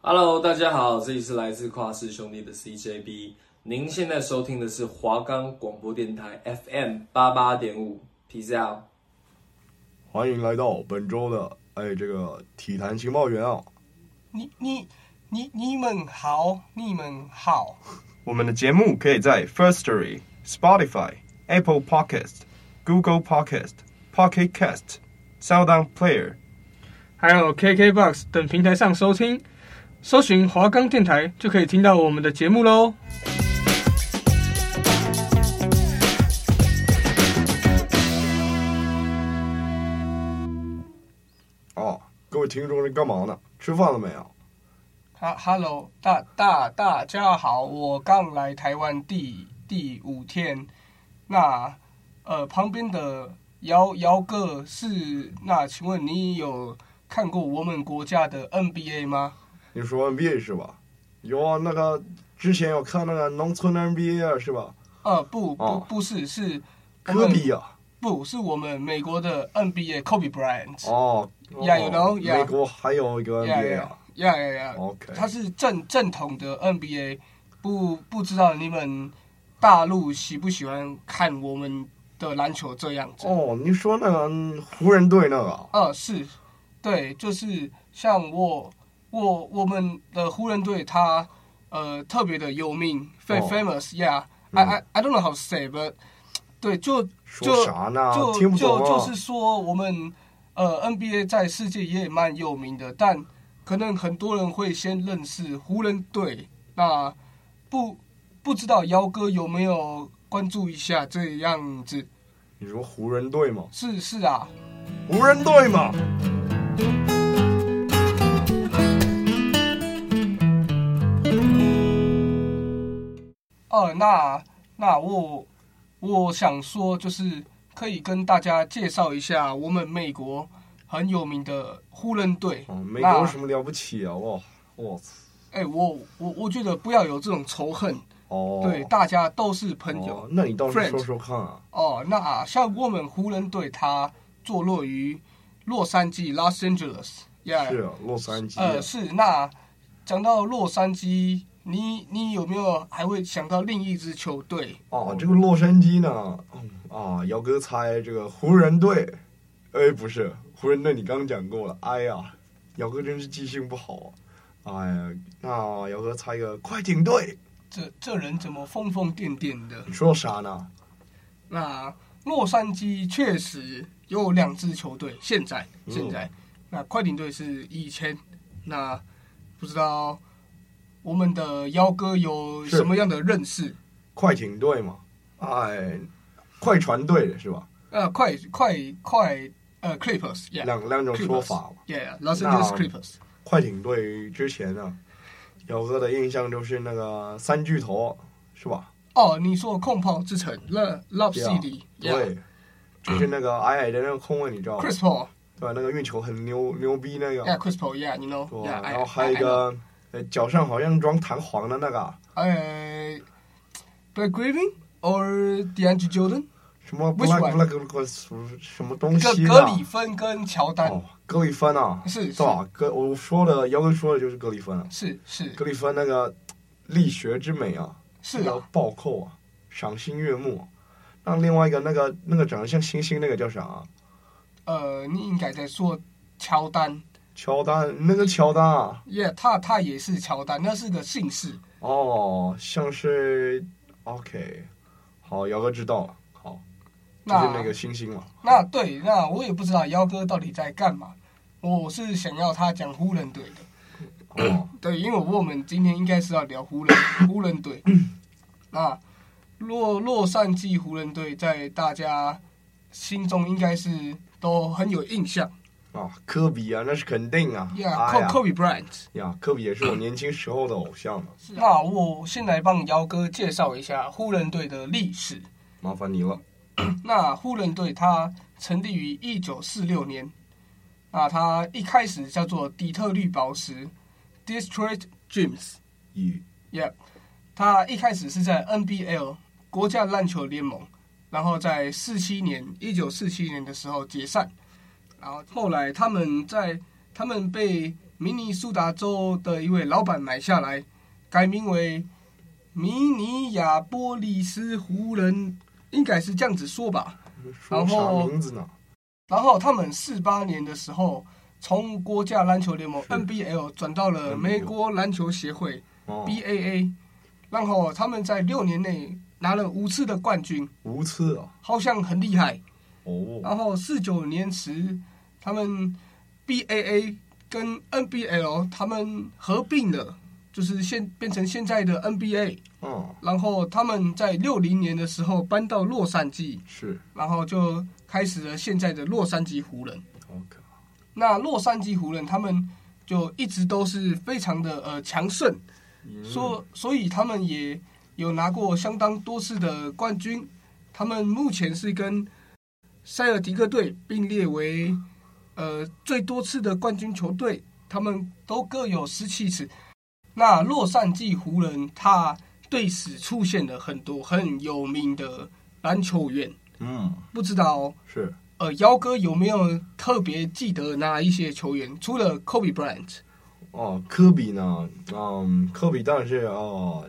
Hello，大家好，这里是来自跨世兄弟的 CJB。您现在收听的是华冈广播电台 FM 八八点五，Peace out。欢迎来到本周的哎这个体坛情报员啊，你你你你们好，你们好，我们的节目可以在 First Story、Spotify、Apple Podcast、Google Podcast、Pocket Cast、Sound On Player 还有 KKBox 等平台上收听，搜寻华冈电台就可以听到我们的节目喽。啊，各位听众是干嘛呢？吃饭了没啊有？哈，Hello，大大大家好，我刚来台湾第第五天，那呃旁边的姚姚哥是那，请问你有看过我们国家的 NBA 吗？你说 NBA 是吧？有啊，那个之前有看那个农村 NBA 啊，是吧？呃，不不哦不是，是我科们比啊，不是我们美国的 NBA Kobe Bryant，哦 Yeah, you know, 哦 yeah. 美国还有一个 NBA 啊呀呀呀， ，OK，它是正正统的 NBA，不不知道你们大陆喜不喜欢看我们的篮球这样子？哦，你说那个嗯湖人队那个，呃，是，对，就是像我我我们的湖人队，他呃特别的有名，fa 哦嗯 famous，yeah，I、I I don't know how to say，but 对，就说啥呢就？听不懂就就啊是。说，我们呃 NBA 在世界也蛮有名的，但可能很多人会先认识湖人队。那不不知道姚哥有没有关注一下这样子？你说湖人队吗？是是啊，湖人队嘛。哦，那那我我想说，就是可以跟大家介绍一下我们美国很有名的湖人队。哦，美那国有什么了不起啊？哇，我操！哎、我我我觉得不要有这种仇恨，哦，对，大家都是朋友。哦那你倒是 Friend 说说看啊。哦，那像我们湖人队，它坐落于洛杉矶 （Los Angeles），yeah，是啊洛杉矶啊。呃，是那讲到洛杉矶，你你有没有还会想到另一支球队？哦，这个洛杉矶呢，嗯啊，姚哥猜这个湖人队，哎，不是湖人队，你刚讲过了，哎呀，姚哥真是记性不好啊，哎呀，那姚哥猜一个快艇队，这这人怎么疯疯癫癫的？你说啥呢？那洛杉矶确实有两支球队，现在嗯现在，那快艇队是以前，那不知道我们的妖哥有是什么样的认识？快艇队嘛，哎，快船队是吧？呃，快快快，呃，Clippers，yeah，两两种说法嘛。 ，yeah，Los 那 Angeles Clippers，快艇队之前呢，姚哥的印象就是那个三巨头是吧？哦，你说控炮之城，Lo Love Yeah， City，yeah，Chris 对，就是那嗯个矮矮的那个空位，你知道吗？ Paul，yeah，Chris 对吧？那个运球很牛牛逼那个。 Paul，yeah，你 know，对 yeah，I- 然后还有一 I- I know，个，呃，脚上好像装弹簧的那个呃，Blake Griffin or DeAndre Jordan，什么 Which black one？ black black 什么东格西呢？格里芬跟乔丹哦，格里芬啊，是对吧？格我说的，姚哥说的就是格里芬啊，是是格里芬那个力学之美啊，是那个啊，暴扣啊，赏心悦目啊。那另外一个那个那个长得像星星那个叫啥啊？呃，你应该在说乔丹乔丹，那个乔丹啊， ，yeah，他他也是乔丹，那是个姓氏，哦，像是 OK，好，姚哥知道了，好，就是那那个星星嘛。那对，那我也不知道妖哥到底在干嘛。我是想要他讲湖人队的，哦，对，因为我们今天应该是要聊湖人湖人队。那洛洛杉矶湖人队在大家心中应该是都很有印象啊，科比啊，那是肯定啊！ ，Yeah，哎 Kobe 呀 Kobe Bryant。呀，科比也是我年轻时候的偶像呢，那我先来帮姚哥介绍一下湖人队的历史。麻烦你了。那湖人队它成立于一九四六年，那它一开始叫做底特律宝石 （Detroit Dreams）。咦， Yep，它一开始是在 NBL 国家篮球联盟，然后在四七年一九四七年的时候解散，然后后来他们在他们被明尼苏达州的一位老板买下来，改名为明尼亚波利斯湖人，应该是这样子说吧。说然啥后名字呢？然后他们四八年的时候，从国家篮球联盟 NBL 转到了 NBL 美国篮球协会哦， BAA，然后他们在六年内拿了五次的冠军，无次啊，好像很厉害。哦，然后四九年时，他们 BAA 跟 NBL 他们合并了，就是现变成现在的 NBA。嗯，然后他们在六零年的时候搬到洛杉矶，是然后就开始了现在的洛杉矶湖人。 ，OK，那洛杉矶湖人他们就一直都是非常的呃强盛，所所以他们也有拿过相当多次的冠军。他们目前是跟塞尔迪克队并列为呃最多次的冠军球队，他们都各有十七次。那洛杉矶湖人他对此出现了很多很有名的篮球员，嗯，不知道是呃，姚哥有没有特别记得哪一些球员？除了 Kobe Bryant，哦，科比呢？嗯，科比当然是哦，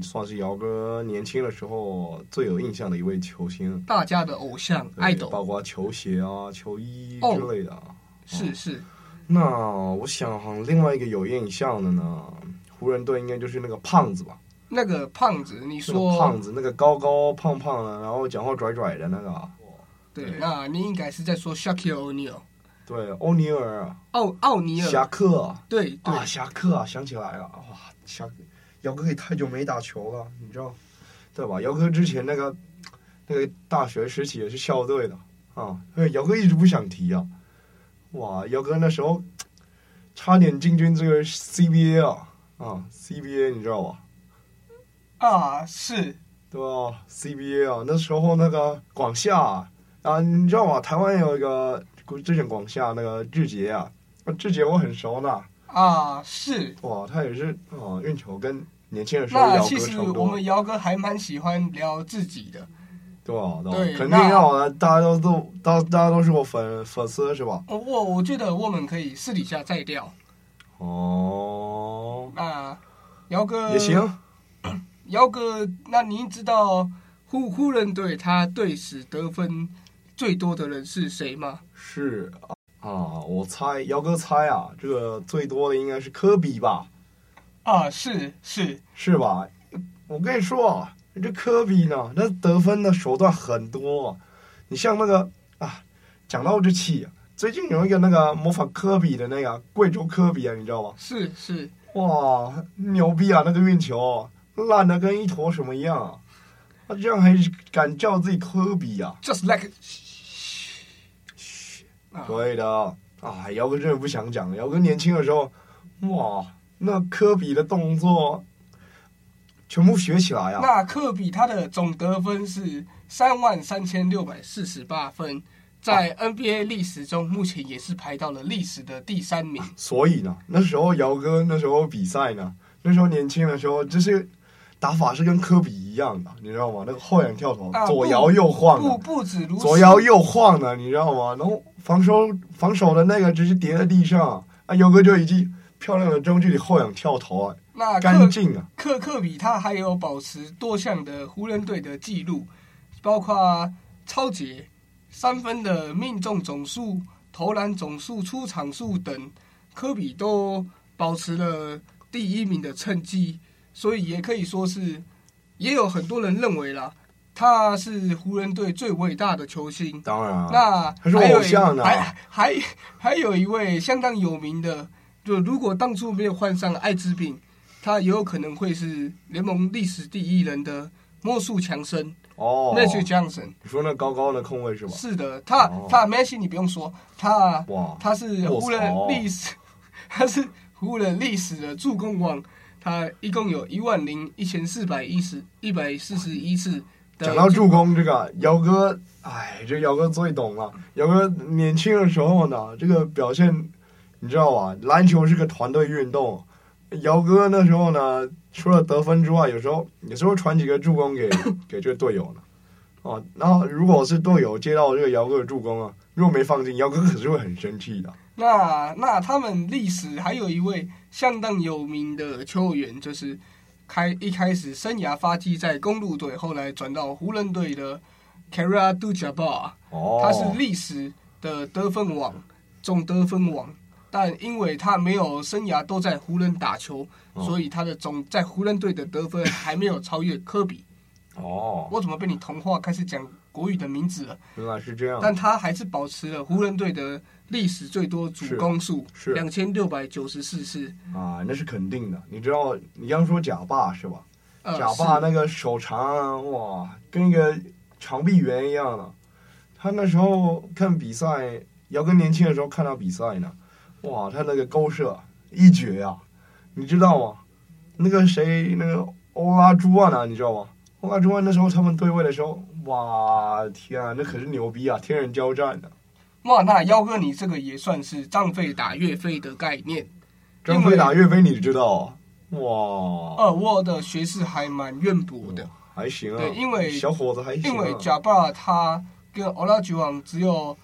算是姚哥年轻的时候最有印象的一位球星，大家的偶像对爱豆，包括球鞋啊、球衣哦之类的啊。是是，那我想好像另外一个有印象的呢，湖人队应该就是那个胖子吧？那个胖子，你那个说胖子，那个高高胖胖的，然后讲话拽拽的那个啊，对？那你应该是在说 Shaquille O'Neal，对，欧尼尔啊、奥奥尼侠尔，客啊对对啊，侠客啊，想起来了，哇，侠姚哥也太久没打球了，你知道，对吧？姚哥之前那个那个大学时期也是校队的啊，所以姚哥一直不想提啊，哇，姚哥那时候差点进军这个 CBA 啊啊，CBA 你知道吧？啊，是对吧？CBA 啊，那时候那个广厦啊，啊你知道吗？台湾有一个之前广厦那个志杰啊，啊志杰我很熟呢。啊是。哇，他也是哦，运球跟年轻的时候那姚其哥实差不我多们，姚哥还蛮喜欢聊自己的，对吧？吧对肯定那要的，大家都都大大家都是我粉粉丝是吧？我我我觉得我们可以私底下再聊。哦，那姚哥也行，啊姚哥，那您知道湖湖人队他队史得分最多的人是谁吗？是啊啊，我猜姚哥猜啊，这个最多的应该是科比吧？啊，是是是吧？我跟你说啊，这科比呢，那得分的手段很多啊。你像那个啊，讲到这气啊，最近有一个那个模仿科比的那个贵州科比啊，你知道吧？是是，哇，牛逼啊！那个运球烂的跟一坨什么一样啊！他这样还敢叫自己科比啊？ ，just like 啊对的啊，姚哥真的不想讲了。姚哥年轻的时候，哇，那科比的动作全部学起来啊！那科比他的总得分是三万三千六百四十八分，啊在 NBA 历史中目前也是排到了历史的第三名。所以呢，那时候姚哥那时候比赛呢，那时候年轻的时候，就是打法是跟科比一样的，你知道吗？那个后仰跳投啊，左摇右晃不的，不止如此，左摇右晃的，你知道吗？然后防守防守的那个直接跌在地上，啊，姚哥就已经漂亮的中距离后仰跳投啊，那科干净啊，科科比他还有保持多项的湖人队的纪录，包括超节、三分的命中总数、投篮总数、出场数等，科比都保持了第一名的成绩，所以也可以说是，也有很多人认为啦，他是湖人队最伟大的球星。当然啊，那他是我还有偶像呢还还还有一位相当有名的，就如果当初没有患上艾滋病，他也有可能会是联盟历史第一人的魔术强森哦， Magic Johnson。你说那高高的控卫是吧？是的，他哦他梅西你不用说，他哇，哦他是湖人历史， 他是湖人历史的助攻王，他一共有一万零一千四百一十一百四十一次的。讲到助攻这个，姚哥，哎，这姚哥最懂了。姚哥年轻的时候呢，这个表现，你知道吧？篮球是个团队运动。姚哥那时候呢，除了得分之外，有时候有时候传几个助攻给给这个队友呢。哦，然后如果是队友接到这个姚哥的助攻啊，如果没放进，姚哥可是会很生气的。那那他们历史还有一位相当有名的球员，就是开一开始生涯发迹在公路队，后来转到湖人队的 Kara d u j a b a 哦，他是历史的得分王，总得分王。但因为他没有生涯都在湖人打球，哦所以他的总在湖人队的得分还没有超越科比。哦，我怎么被你同化，开始讲国语的名字了？原来是这样。但他还是保持了湖人队的历史最多主攻数，是两千六百九十四次。啊，那是肯定的。你知道，你刚说假发是吧？呃，假发是那个手长，啊哇，跟一个长臂猿一样的。他那时候看比赛，姚哥年轻的时候看到比赛呢，哇，他那个勾射一绝呀、啊你知道吗？那个谁，那个欧拉朱旺呢，你知道吗？欧拉朱旺那时候他们对位的时候，哇，天啊，那可是牛逼啊，天人交战的、哇，那幺哥你这个也算是张飞打岳飞的概念。张飞打岳飞，你知道？啊哇，呃，我的学识还蛮渊博的，还行啊，对因为小伙子还行、啊，因为贾巴他跟欧拉吉王只有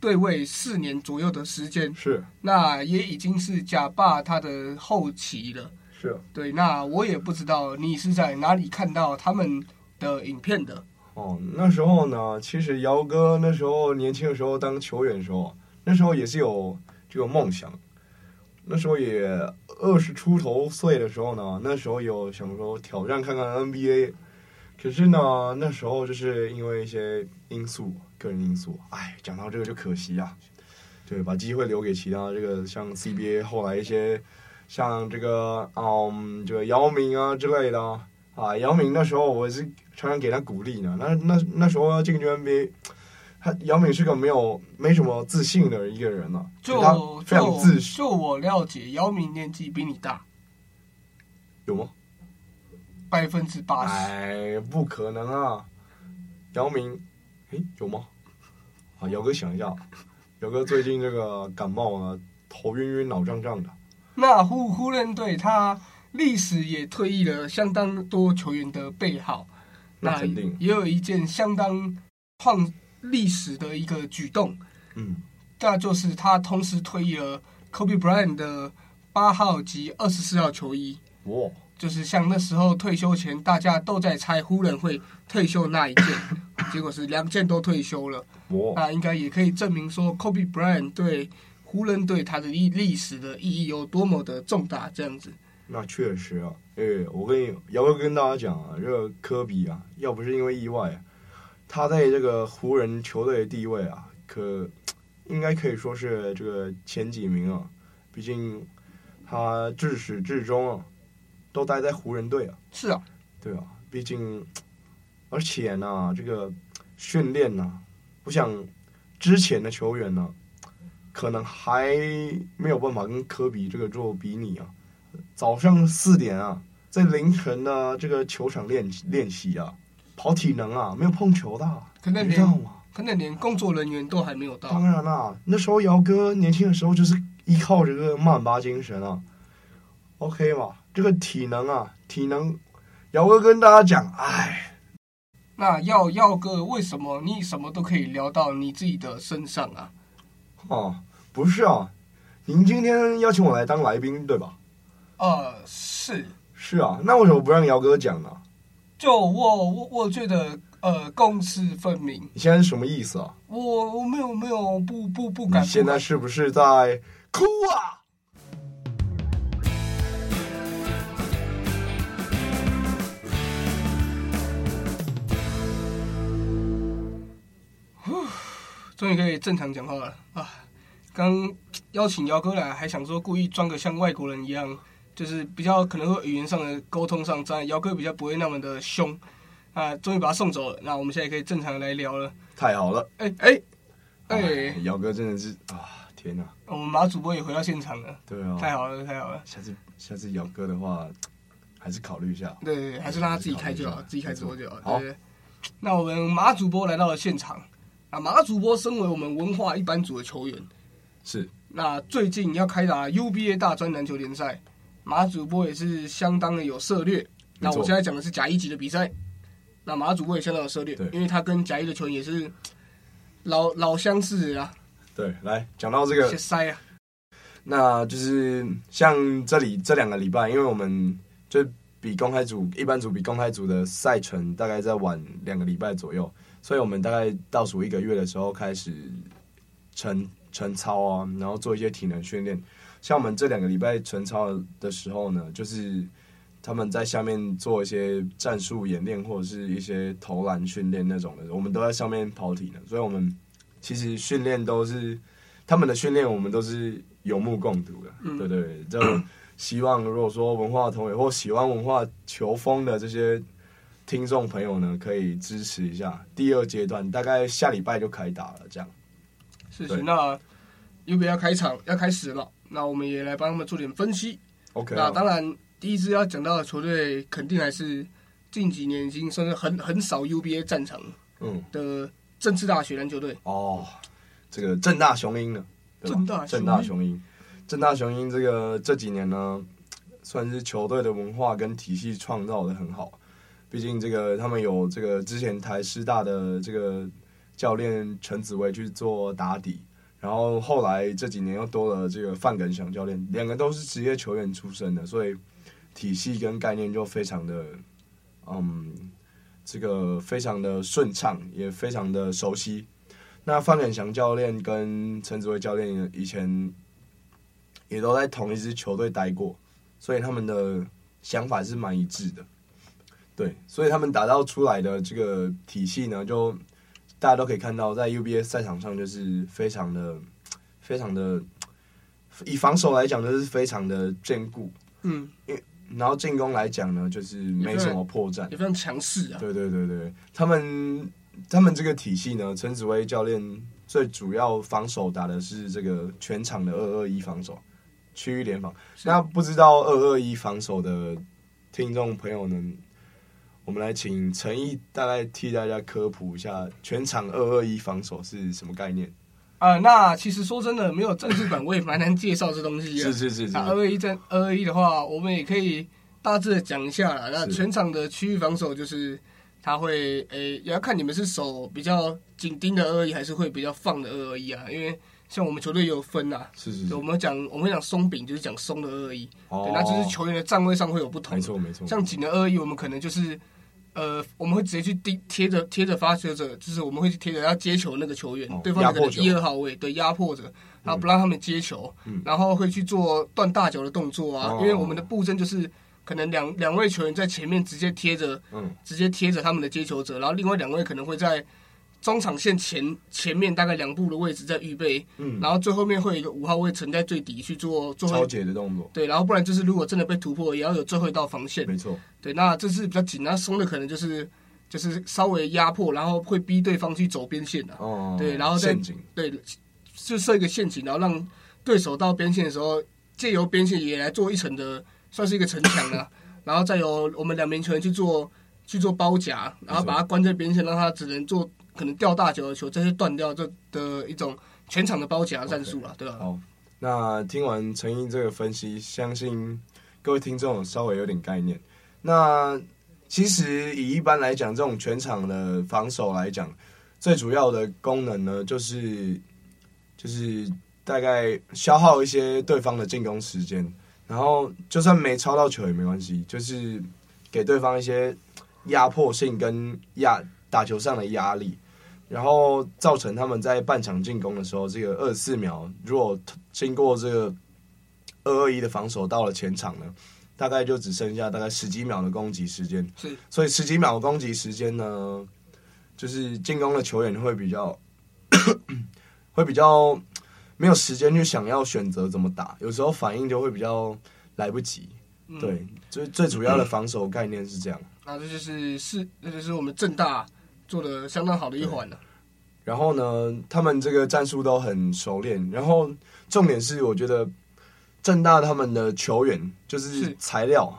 对位四年左右的时间，是那也已经是贾巴他的后期了。是对，那我也不知道你是在哪里看到他们的影片的。哦，那时候呢，其实姚哥那时候年轻的时候当球员的时候，那时候也是有这个梦想。那时候也二十出头岁的时候呢，那时候有想说挑战看看 NBA，可是呢，那时候就是因为一些因素，个人因素，哎，讲到这个就可惜啊。对，把机会留给其他这个像 CBA 后来一些像这个嗯，这个姚明啊之类的啊啊，姚明那时候我是常常给他鼓励呢。那那那时候要进军 NBA，他姚明是个没有没什么自信的一个人呢、就他非常就自信，就我了解，姚明年纪比你大有吗？百分之八十，哎，不可能啊！姚明，哎，有吗？啊，姚哥想一下，姚哥最近这个感冒呢，头晕晕、脑胀胀的。那湖湖人队他历史也退役了相当多球员的背号，那肯定也有一件相当创历史的一个举动，嗯，那就是他同时退役了 Kobe Bryant 的八号及二十四号球衣。哇，就是像那时候退休前，大家都在猜湖人会退休 那一件，结果是两件都退休了。哇，那应该也可以证明说，Kobe Bryant 对湖人队他的历历史的意义有多么的重大，这样子。那确实啊。哎，我跟你姚哥跟大家讲啊，这个科比啊，要不是因为意外，啊他在这个湖人球队的地位啊，可应该可以说是这个前几名啊。毕竟他至始至终啊，都待在湖人队啊。是啊，对啊，毕竟，而且呢，这个训练呢，我想之前的球员呢，可能还没有办法跟科比这个做比拟啊。早上四点啊，在凌晨呢，这个球场练练习啊，跑体能啊，没有碰球的啊，可能你知道连吗？可能连工作人员都还没有到当。然啦、那时候姚哥年轻的时候就是依靠这个曼巴精神啊，OK 嘛，这个体能啊，体能，姚哥跟大家讲，哎。那耀耀哥，为什么你什么都可以聊到你自己的身上啊？哦，不是啊，您今天邀请我来当来宾，对吧？呃，是，是啊，那为什么不让姚哥讲呢？就我我我觉得呃公私分明，你现在是什么意思啊？我我没有没有不不不敢。你现不在敢是不是在哭啊？终于可以正常讲话了啊！刚邀请姚哥来，还想说故意装个像外国人一样，就是比较可能会语言上的沟通上障碍，姚哥比较不会那么的凶啊。终于把他送走了，那我们现在可以正常来聊了。太好了，哎哎哎哎，，姚哥真的是啊，天哪，我们马主播也回到现场了，对啊，太好了太好了。下次下次姚哥的话，还是考虑一下。对对对，还是让他自己开就好，自己开直播就好。哦好对对对，那我们马主播来到了现场啊，马主播身为我们文化一班组的球员，是那最近要开打 UBA 大专篮球联赛，马主播也是相当的有涉略。那没错我现在讲的是甲一级的比赛，那马主播也相当有涉略对，因为他跟甲一的球员也是老老相识啊，对，来讲到这些个塞啊。那就是像这里这两个礼拜，因为我们就比公开组一般组比公开组的赛程大概在晚两个礼拜左右，所以我们大概倒数一个月的时候开始晨晨操啊，然后做一些体能训练。像我们这两个礼拜晨操的时候呢，就是他们在下面做一些战术演练或者是一些投篮训练那种的，我们都在上面跑体能，所以我们其实训练都是他们的训练，我们都是有目共睹的，嗯对对对，就希望如果说文化同友或喜欢文化球风的这些听众朋友呢，可以支持一下。第二阶段大概下礼拜就开打了，这样。是对是，那 U B 要开场要开始了，那我们也来帮他们做点分析。 OK，啊那当然，第一支要讲到的球队，肯定还是近几年已经算是很很少 UBA 战场嗯，的政治大学篮球队。哦，这个正大雄鹰呢？对吧正大雄鹰正大雄鹰，正大雄鹰这个这几年呢，算是球队的文化跟体系创造的很好。毕竟这个他们有这个之前台师大的这个教练陈子威去做打底，然后后来这几年又多了这个范耿祥教练，两个都是职业球员出身的，所以体系跟概念就非常的，嗯，这个非常的顺畅，也非常的熟悉。那范远翔教练跟陈子威教练以前也都在同一支球队待过，所以他们的想法是蛮一致的。对，所以他们打造出来的这个体系呢，就大家都可以看到，在 UBA 赛场上就是非常的、非常的，以防守来讲就是非常的坚固，嗯，然后进攻来讲呢，就是没什么破绽也。非常强势啊。对对对对，他们他们这个体系呢，陈子威教练最主要防守打的是这个全场的二二一防守，区域联防。是那不知道二二一防守的听众朋友呢，我们来请陈毅大概替大家科普一下全场二二一防守是什么概念。啊，那其实说真的，没有正式版我也蛮难介绍这东 西是的。是是是啊那，二二一战二二一的话，我们也可以大致的讲一下啦。那是全场的区域防守就是，他会诶、也要看你们是守比较紧盯的二二一，还是会比较放的二二一啊。因为像我们球队也有分啊，是是是对，我，们讲我们讲松饼就是讲松的二二一，哦对，那就是球员的站位上会有不同没。错没错，像紧的二二一，我们可能就是呃，我们会直接去盯贴着贴着发球者，就是我们会去贴着要接球那个球员，哦对方可压迫能球一二号位对压迫者，然后不让他们接球，嗯然后会去做断大脚的动作啊，哦因为我们的布阵就是可能两两位球员在前面直接贴着嗯直接贴着他们的接球者，然后另外两位可能会在。中场线前前面大概两步的位置在预备，嗯，然后最后面会有一个五号位沉在最底去做最后超一解的动作，对，然后不然就是如果真的被突破，也要有最后一道防线。没错，对，那这是比较紧，那松的可能就是就是稍微压迫，然后会逼对方去走边线的、哦，对然后再陷阱，对，就设一个陷阱，然后让对手到边线的时候，借由边线也来做一层的，算是一个城墙啊，然后再由我们两名球员去做去做包夹，然后把他关在边线，让他只能做可能吊大球的球，这些断掉这的一种全场的包夹战术了，对吧、好，那听完陈毅这个分析，相信各位听众有稍微有点概念。那其实以一般来讲，这种全场的防守来讲，最主要的功能呢，就是就是大概消耗一些对方的进攻时间，然后就算没抄到球也没关系，就是给对方一些压迫性跟压打球上的压力。然后造成他们在半场进攻的时候，这个二十四秒如果经过这个二二一的防守到了前场呢，大概就只剩下大概十几秒的攻击时间。是，所以十几秒的攻击时间呢，就是进攻的球员会比较 会比较没有时间去想要选择怎么打，有时候反应就会比较来不及。嗯对，最最主要的防守概念是这样。那这就是是，这就是我们正大做的相当好的一环了、然后呢，他们这个战术都很熟练。然后重点是，我觉得正大他们的球员就是是材料，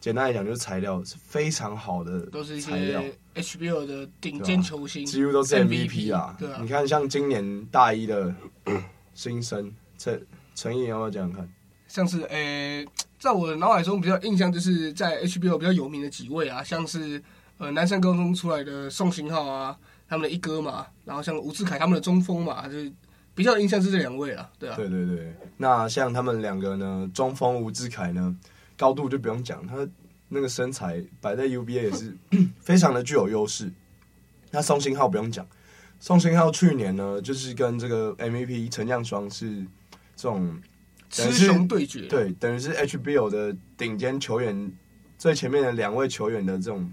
简单来讲就是材料是非常好的，都是一材料，啊些 HBO 的顶尖球星，几乎都是 MVP 啦。对啊你看，像今年大一的新生陈陈毅，要不要讲讲看？像是诶、在我的脑海中比较印象就是在 HBO 比较有名的几位啊，像是呃南山高中出来的宋行浩啊，他们的一哥嘛，然后像吴志凯他们的中锋嘛，就是比较有印象是这两位了，对啊，对对对，那像他们两个呢，庄峰、吴志凯呢，高度就不用讲，他那个身材摆在 UBA 也 是非常的具有优势。那宋新浩不用讲，宋新浩去年呢，就是跟这个 MVP 陈亮双是这种雌雄对决，对，等于是 HBO 的顶尖球员最前面的两位球员的这种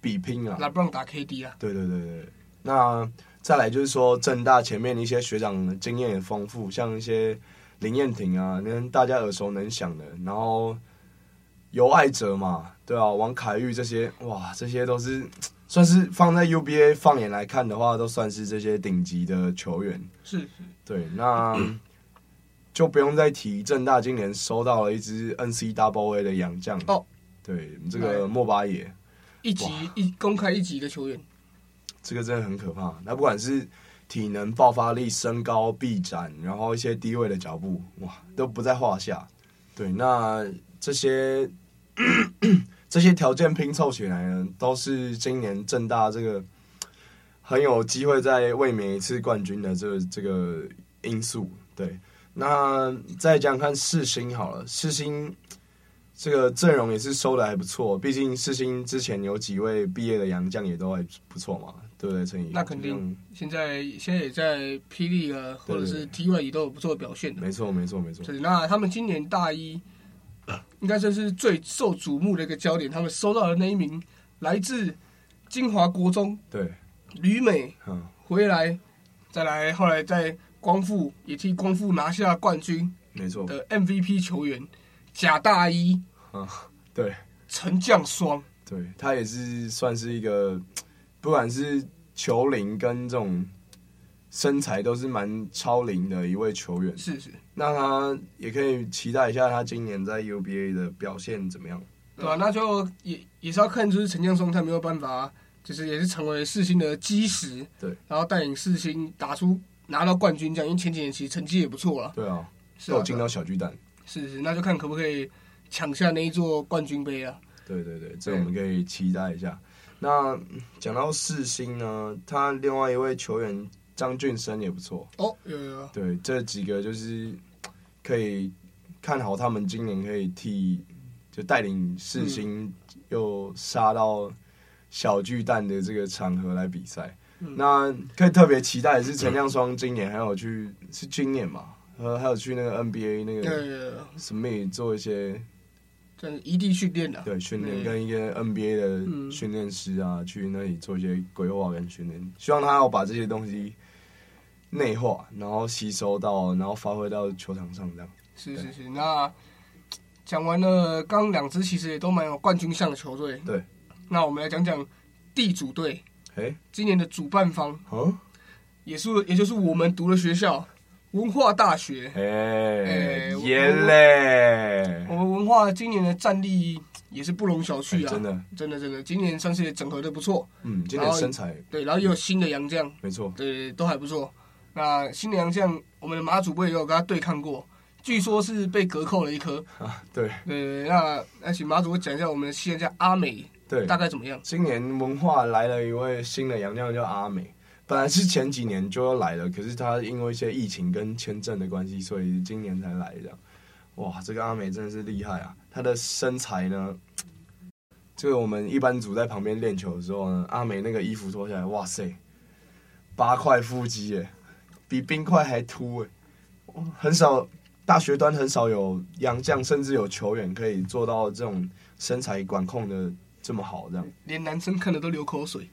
比拼啊。拉布朗打 KD 啊，对对对对，那再来就是说，正大前面的一些学长经验也丰富，像一些林彦廷啊，那大家耳熟能详的，然后尤爱哲嘛，对啊，王凯玉这些，哇，这些都是算是放在 UBA 放眼来看的话，都算是这些顶级的球员。是对，那 就不用再提正大今年收到了一支 NCAA 的洋将哦，对，这个莫巴野。一级一公开一级的球员，这个真的很可怕。那不管是体能、爆发力、身高、臂展，然后一些低位的脚步，哇，都不在话下。对，那这些 这些条件拼凑起来呢，都是今年正大这个很有机会再卫冕一次冠军的这这个因素。对，那再讲看世新好了，世新。这个阵容也是收的还不错，毕竟世新之前有几位毕业的洋将也都还不错嘛，对不对，陈怡？那肯定像现在现在也在霹雳啊，或者是 T 1里都有不错的表现的。没错，没错，没错。对，那他们今年大一，啊应该算是最受瞩目的一个焦点。他们收到的那一名来自金华国中对，旅美嗯，回来，再来后来在光复也替光复拿下冠军没错，的 MVP 球员贾大一嗯，对，陈将双，对他也是算是一个，不管是球龄跟这种身材都是蛮超龄的一位球员。是是，那他也可以期待一下他今年在 UBA 的表现怎么样？对吧、那就也也是要看，就是陈将双他有没有办法，就是也是成为世新的基石，对，然后带领世新打出拿到冠军这样，因为前几年其实成绩也不错了，对啊，是有啊，进到小巨蛋。是是，那就看可不可以抢下那一座冠军杯啊。对对对，这我们可以期待一下。那嗯讲到世新呢，他另外一位球员张俊生也不错。哦，有有有，对，这几个就是可以看好他们今年可以替就带领世新又杀到小巨蛋的这个场合来比赛。那可以特别期待的是陈亮双今年还有去是今年嘛，呃，还有去那个 NBA 那有有个有有，什么也做一些这样异地训练啊，对训练，嗯跟一些 NBA 的嗯训练师啊，去那里做一些规划跟训练，希望他要把这些东西内化，然后吸收到，然后发挥到球场上这样。是是是，那讲完了，刚两支其实也都蛮有冠军相的球队。对，那我们来讲讲地主队，哎，今年的主办方哦，也是，也就是我们读的学校——文化大学。哎，哎我耶嘞我！们文化今年的战力也是不容小觑啊！哎真的，真的，真的，今年算是整合的不错。嗯，今年身材对，然后也有新的洋将，没错，对，都还不错。那新的洋将，我们的马主播也有跟他对抗过，据说是被隔扣了一颗。啊对对，那那请马主播讲一下我们的新人将阿美对大。概怎么样？今年文化来了一位新的洋将，叫阿美。本来是前几年就要来了，可是他因为一些疫情跟签证的关系，所以今年才来这样。哇，这个阿美真的是厉害啊！她的身材呢，这个我们一般组在旁边练球的时候呢，阿美那个衣服脱下来，哇塞，八块腹肌耶，比冰块还凸哎！哇很少大学端很少有洋将，甚至有球员可以做到这种身材管控的这么好这样。连男生看了都流口水。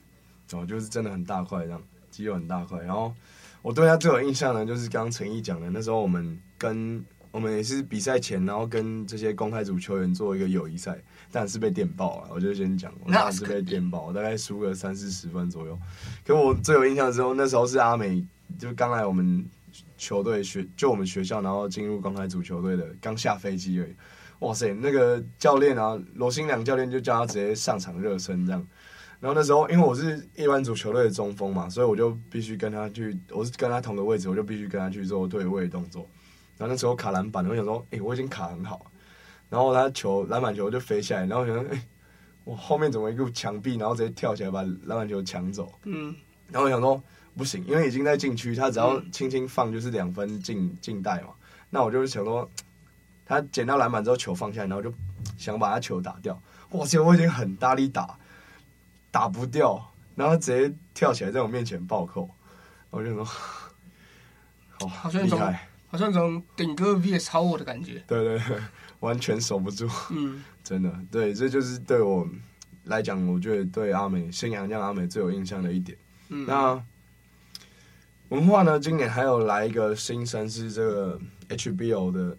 哦，就是真的很大块这样，肌肉很大块。然后我对他最有印象呢，就是刚刚陈毅讲的，那时候我们跟我们也是比赛前，然后跟这些公开组球员做一个友谊赛，但是被电爆了。我就先讲，我那当然是被电爆，大概输个三四十分左右。可我最有印象的时候，那时候是阿美，就刚来我们球队学，就我们学校，然后进入公开组球队的，刚下飞机而已。哇塞，那个教练啊，罗新良教练就叫他直接上场热身这样。然后那时候因为我是一般组球队的中锋嘛，所以我就必须跟他去，我是跟他同个位置，我就必须跟他去做对位动作。然后那时候卡篮板，我想说，诶，我已经卡很好，然后他球篮板球就飞下来，然后我想说，诶，我后面怎么一个墙壁，然后直接跳起来把篮板球抢走，嗯，然后我想说，不行，因为已经在禁区，他只要轻轻放就是两分进进袋嘛。那我就想说，他捡到篮板之后球放下来，然后就想把他球打掉。哇，其实我已经很大力打，打不掉，然后他直接跳起来在我面前暴扣，我就说， 好好像厉一种害，好像有种顶哥 VS 超我的感觉。对对 对，完全守不住。嗯，真的，对，这就是对我来讲，我觉得对阿美新洋将阿美最有印象的一点。嗯那文化呢？今年还有来一个新生是这个 HBO 的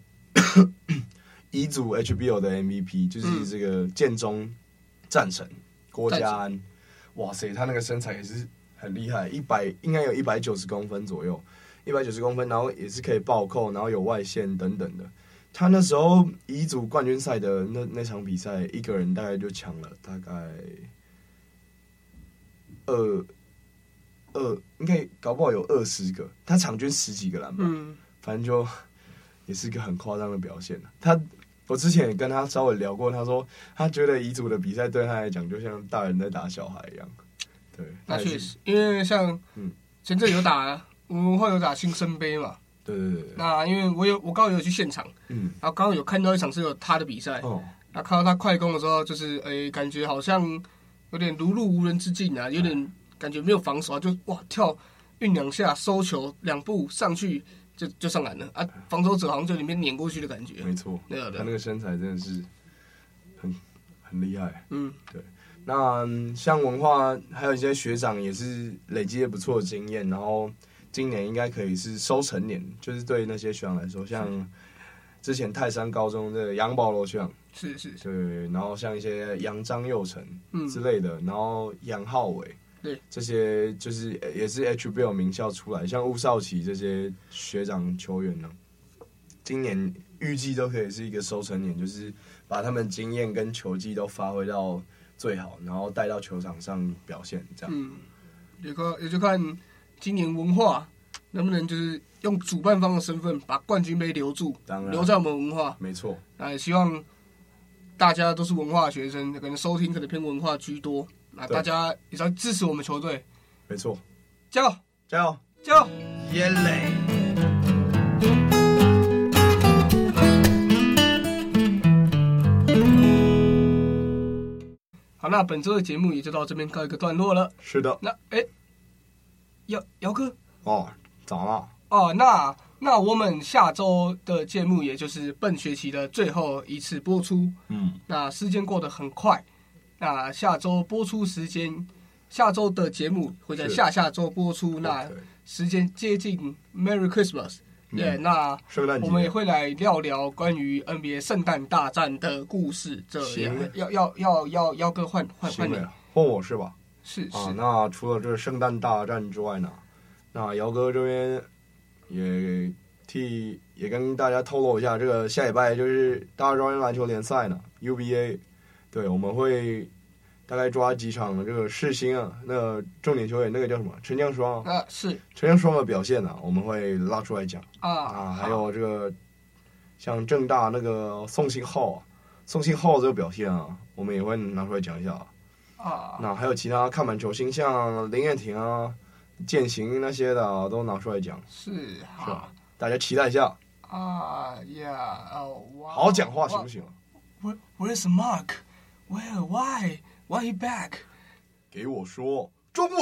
乙组 HBO 的 MVP，就是这个建中战神郭家安。哇塞，他那个身材也是很厉害，一百应该有一百九十公分左右，一百九十公分，然后也是可以暴扣，然后有外线等等的。他那时候乙组冠军赛的那那场比赛，一个人大概就抢了大概二二，应该搞不好有二十个，他场均十几个篮板，嗯反正就也是一个很夸张的表现啊他我之前也跟他稍微聊过，他说他觉得乙组的比赛对他来讲就像大人在打小孩一样，对，那他也确是，实，因为像嗯前阵有打我们会有打新生杯嘛，对对对对，那因为我有我刚好有去现场，嗯，然后刚好有看到一场是有他的比赛，哦，那看到他快攻的时候，就是诶、感觉好像有点如入无人之境啊，有点感觉没有防守啊，就哇跳运两下收球，两步上去就就上篮了啊，防守者好像就里面碾过去的感觉。没错，对啊对他啊那，个身材真的是很很厉害。嗯那嗯像文化还有一些学长也是累积了不错的经验，然后今年应该可以是收成年，就是对那些学长来说，像之前泰山高中的杨保罗学长，是是是，对，然后像一些杨张佑成嗯之类的，然后杨浩伟，对，这些就是呃也是 HBO 名校出来，像吴少奇这些学长球员呢，今年预计都可以是一个收成年，就是把他们经验跟球技都发挥到最好，然后带到球场上表现，这样、嗯，也看也就看今年文化能不能就是用主办方的身份把冠军杯留住，当然留在我们文化。没错，那也希望大家都是文化学生，可能收听可能偏文化居多。那对大家也是要支持我们球队，没错，加油加油！加油！耶嘞！好，那本周的节目也就到这边告一个段落了。是的，那哎，姚姚哥哦，咋了？哦，那那我们下周的节目也就是本学期的最后一次播出。嗯，那时间过得很快，那下周播出时间，下周的节目会在是下下周播出。那对时间接近 Merry Christmas，嗯耶、那圣诞节我们也会来聊聊关于 NBA 圣诞大战的故事。这样行要要要要要哥换换换新你的，换我是吧？是是、啊，那除了这圣诞大战之外呢，那姚哥这边也替也跟大家透露一下，这个下礼拜就是大专篮球联赛呢 UBA，对，我们会大概抓几场的这个世新啊，那个重点球员那个叫什么陈江双，啊那呃是陈江双的表现呢、我们会拉出来讲啊啊，还有这个像正大那个宋信浩啊，宋信浩这个表现啊，我们也会拿出来讲一下啊。啊那还有其他看板球星，像林彦廷啊、践行那些的啊、都拿出来讲，是是啊吧？大家期待一下，啊呀哦哇，好好讲话行不行？ ？Where Where's Mark? Where why why he back? 给我说中文。